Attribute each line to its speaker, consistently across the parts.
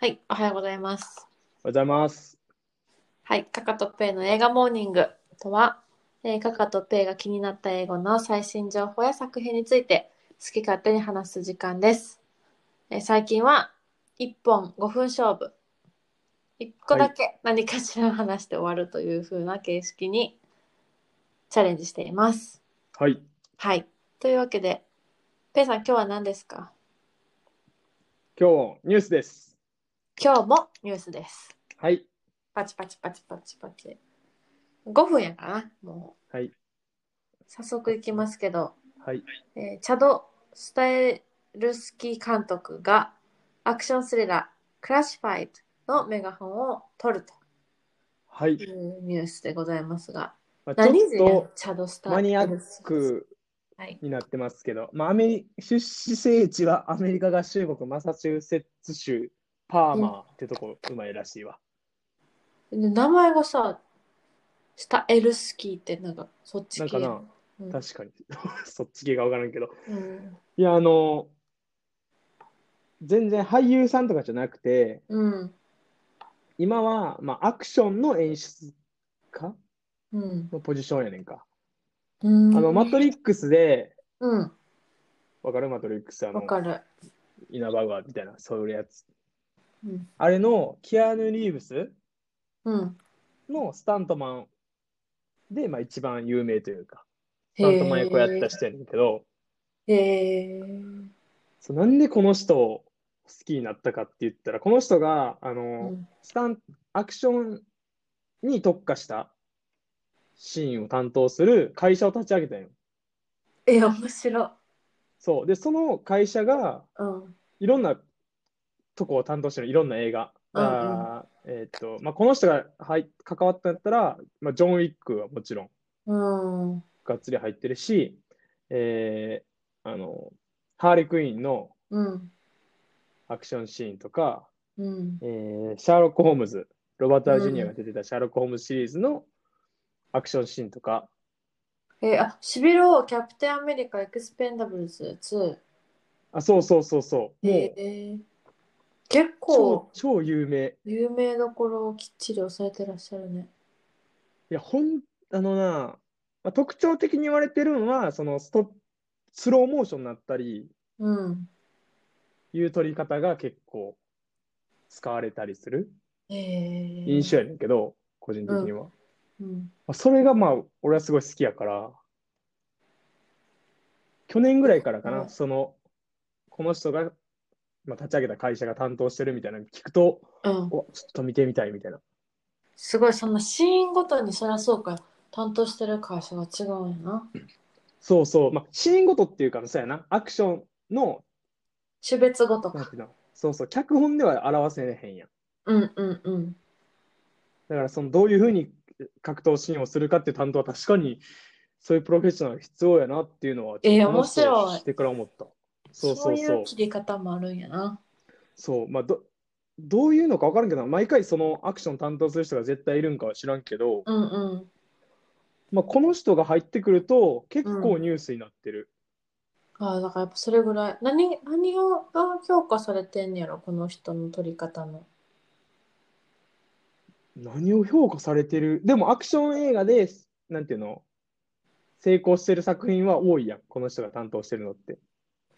Speaker 1: はい、おはようございます。
Speaker 2: おはようございます。
Speaker 1: はい、カカとペイの映画モーニングとは、えーカカとペイが気になった英語の最新情報や作品について好き勝手に話す時間です。えー最近は1本5分勝負。1個だけ何かしらを話して終わるという風な形式にチャレンジしています。
Speaker 2: はい。
Speaker 1: はい。というわけで、ペイさん今日は何ですか
Speaker 2: 今日ニュースです。
Speaker 1: 今日もニュースです。
Speaker 2: はい。
Speaker 1: パチパチパチパチパチ。5分やからな、もう。
Speaker 2: はい。
Speaker 1: 早速いきますけど、
Speaker 2: はい。
Speaker 1: えーチャド・スタエルスキー監督がアクションスリラー、クラッシュファイトのメガホンを取る
Speaker 2: は
Speaker 1: とい
Speaker 2: い。
Speaker 1: うニュースでございますが、
Speaker 2: まあ、
Speaker 1: 何
Speaker 2: ち
Speaker 1: で
Speaker 2: ょっ
Speaker 1: チャド・ス
Speaker 2: と
Speaker 1: タ
Speaker 2: マニア
Speaker 1: エ
Speaker 2: ッ
Speaker 1: ルスキー
Speaker 2: ク
Speaker 1: はい。
Speaker 2: になってますけど、まあ、アメリ出資聖地はアメリカ合衆国マサチューセッツ州パーマーってとこうまいらしいわ。
Speaker 1: で名前がさ、スタエルスキーってなんかそっち系や
Speaker 2: なんか
Speaker 1: うん
Speaker 2: 確かに。 そっち系がわからんけど。
Speaker 1: うん
Speaker 2: いや、あの、全然俳優さんとかじゃなくて、
Speaker 1: うん
Speaker 2: 今は、まあ、アクションの演出家
Speaker 1: うん
Speaker 2: のポジションやねんか。
Speaker 1: うん
Speaker 2: あの、マトリックスで、
Speaker 1: うん
Speaker 2: わかるマトリックスあの
Speaker 1: わかる
Speaker 2: イナバウアーみたいな、そういうやつ。
Speaker 1: うん
Speaker 2: あれのキアヌ・リーブス
Speaker 1: うん
Speaker 2: のスタントマンで、まあ、一番有名というか、ス
Speaker 1: へ
Speaker 2: タ
Speaker 1: ー
Speaker 2: ントマン役をやってた人やねんけど、
Speaker 1: へえ
Speaker 2: そうなんでこの人を好きになったかって言ったら、この人が、あの、
Speaker 1: うん
Speaker 2: スタン、アクションに特化したシーンを担当する会社を立ち上げたんよ。
Speaker 1: え面白
Speaker 2: そう。で、その会社が、
Speaker 1: うん
Speaker 2: いろんなとこを担当してるいろんな映画。
Speaker 1: うんうん
Speaker 2: あーえーっと、まあ、この人が、はい、関わったんだったら、まあ、ジョン・ウィックはもちろん、
Speaker 1: うん
Speaker 2: がっつり入ってるし、えーあの、ハーレクイーンの
Speaker 1: うん
Speaker 2: アクションシーンとか、
Speaker 1: うん
Speaker 2: えーシャーロック・ホームズ、ロバート・ダウンジュニアが出てたシャーロック・ホームズシリーズのアクションシーンとか、
Speaker 1: えあシビローキャプテンアメリカエクスペンダブルズ2
Speaker 2: あ、そうそうそうそう、も
Speaker 1: へ
Speaker 2: う
Speaker 1: え結
Speaker 2: 超
Speaker 1: 構
Speaker 2: 超有名。
Speaker 1: 有名どころをきっちり抑えてらっしゃるね
Speaker 2: いや、ほん、あのな、まあ、特徴的に言われてるのは、そのスト、スローモーションになったり、
Speaker 1: うん
Speaker 2: いう撮り方が結構使われたりする
Speaker 1: へえ
Speaker 2: 印象やねんけど、個人的には。ま
Speaker 1: うん
Speaker 2: あそれがまあ、俺はすごい好きやから、去年ぐらいからか
Speaker 1: う
Speaker 2: な、
Speaker 1: ん
Speaker 2: その、この人が、まあ、立ち上げた会社が担当してるみたいなの聞くと、
Speaker 1: うん
Speaker 2: おちょっと見てみたいみたいな。
Speaker 1: すごいそんなシーンごとにそりゃそうか担当してる会社が違うんやな
Speaker 2: そうそう、まあ、シーンごとっていうか、そうやな、アクションの、
Speaker 1: 種別ごと
Speaker 2: なん
Speaker 1: か
Speaker 2: ていうの、そうそう、脚本では表せへんやん。
Speaker 1: うんうんうん
Speaker 2: だからそのどういうふうに格闘シーンをするかっていう担当は確かにそういうプロフェッショナルが必要やなっていうのは
Speaker 1: えー
Speaker 2: ちょっとこの人を
Speaker 1: 面白い
Speaker 2: してから思った。そうそう
Speaker 1: そ
Speaker 2: そう
Speaker 1: いうう。切り方もあるんやな
Speaker 2: そうまあどどういうのか分からんけど毎回そのアクション担当する人が絶対いるんかは知らんけど、
Speaker 1: うんうん
Speaker 2: まあ、この人が入ってくると結構ニュースになってる。
Speaker 1: ああ、だからやっぱそれぐらい。何、何が評価されてんねやろ、この人の撮り方の。
Speaker 2: 何を評価されてるでもアクション映画でなんていうの成功してる作品は多いやんこの人が担当してるのって。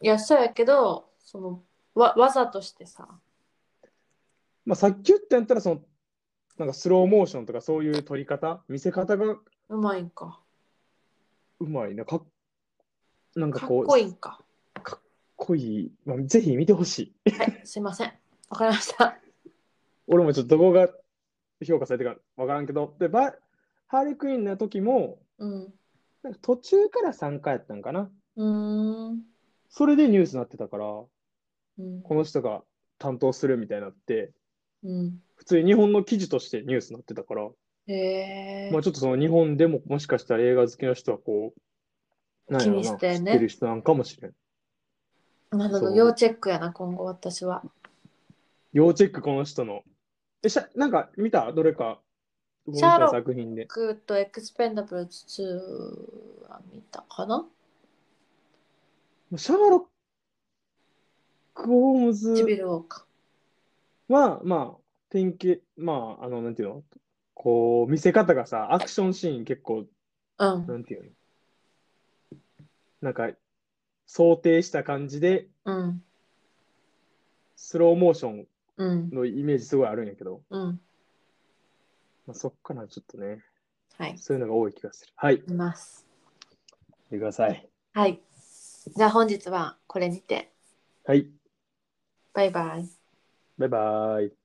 Speaker 1: いや、そうやけど、その、わ、技としてさ。
Speaker 2: まあ、さっき言ったんやったらそのなんかスローモーションとかそういう撮り方見せ方が
Speaker 1: うまいんか。
Speaker 2: うまいなかっなんか
Speaker 1: かっ
Speaker 2: こう
Speaker 1: こいいんか。
Speaker 2: 濃いまあ、ぜひ見てほしい
Speaker 1: はい、すいません。わかりました。
Speaker 2: 俺もちょっとどこが評価されてるかわからんけどでバハーレクイーンの時も
Speaker 1: うん。
Speaker 2: なんか途中から参加やったんかな
Speaker 1: うーん。
Speaker 2: それでニュースになってたからこ
Speaker 1: うん。
Speaker 2: の人が担当するみたいになって
Speaker 1: うん。
Speaker 2: 普通に日本の記事としてニュースになってたから、
Speaker 1: へえ。
Speaker 2: まあ、ちょっとその日本でももしかしたら映画好きな人はこうなんやろう
Speaker 1: 気
Speaker 2: な
Speaker 1: にしてね
Speaker 2: 知ってる人なんかもしれん
Speaker 1: なるほど、
Speaker 2: そう
Speaker 1: 要チェックやな、今後私は。
Speaker 2: 要チェックこの人の。え、しゃなんか見たどれか。この
Speaker 1: シャーロッ
Speaker 2: 人の
Speaker 1: ク
Speaker 2: 作品で。
Speaker 1: グッドエクスペンダブル2は見たかな
Speaker 2: シャーロック・ホーム
Speaker 1: ジ
Speaker 2: ズ
Speaker 1: ビローか。
Speaker 2: は、まあ、典型、まあ、あの、なんていうのこう、見せ方がさ、アクションシーン結
Speaker 1: う
Speaker 2: 構、
Speaker 1: ん。
Speaker 2: なんていうのなんか、想定した感じで、
Speaker 1: うん。
Speaker 2: スローモーション
Speaker 1: うん。
Speaker 2: のイメージすごいあるんやけど、
Speaker 1: うん。
Speaker 2: まあ、そっからちょっとね、
Speaker 1: はい。
Speaker 2: そういうのが多い気がする。はい、言っ
Speaker 1: います。
Speaker 2: てください。
Speaker 1: はい。じゃあ本日はこれにて。
Speaker 2: はい、
Speaker 1: バイバイ。
Speaker 2: バイバーイ。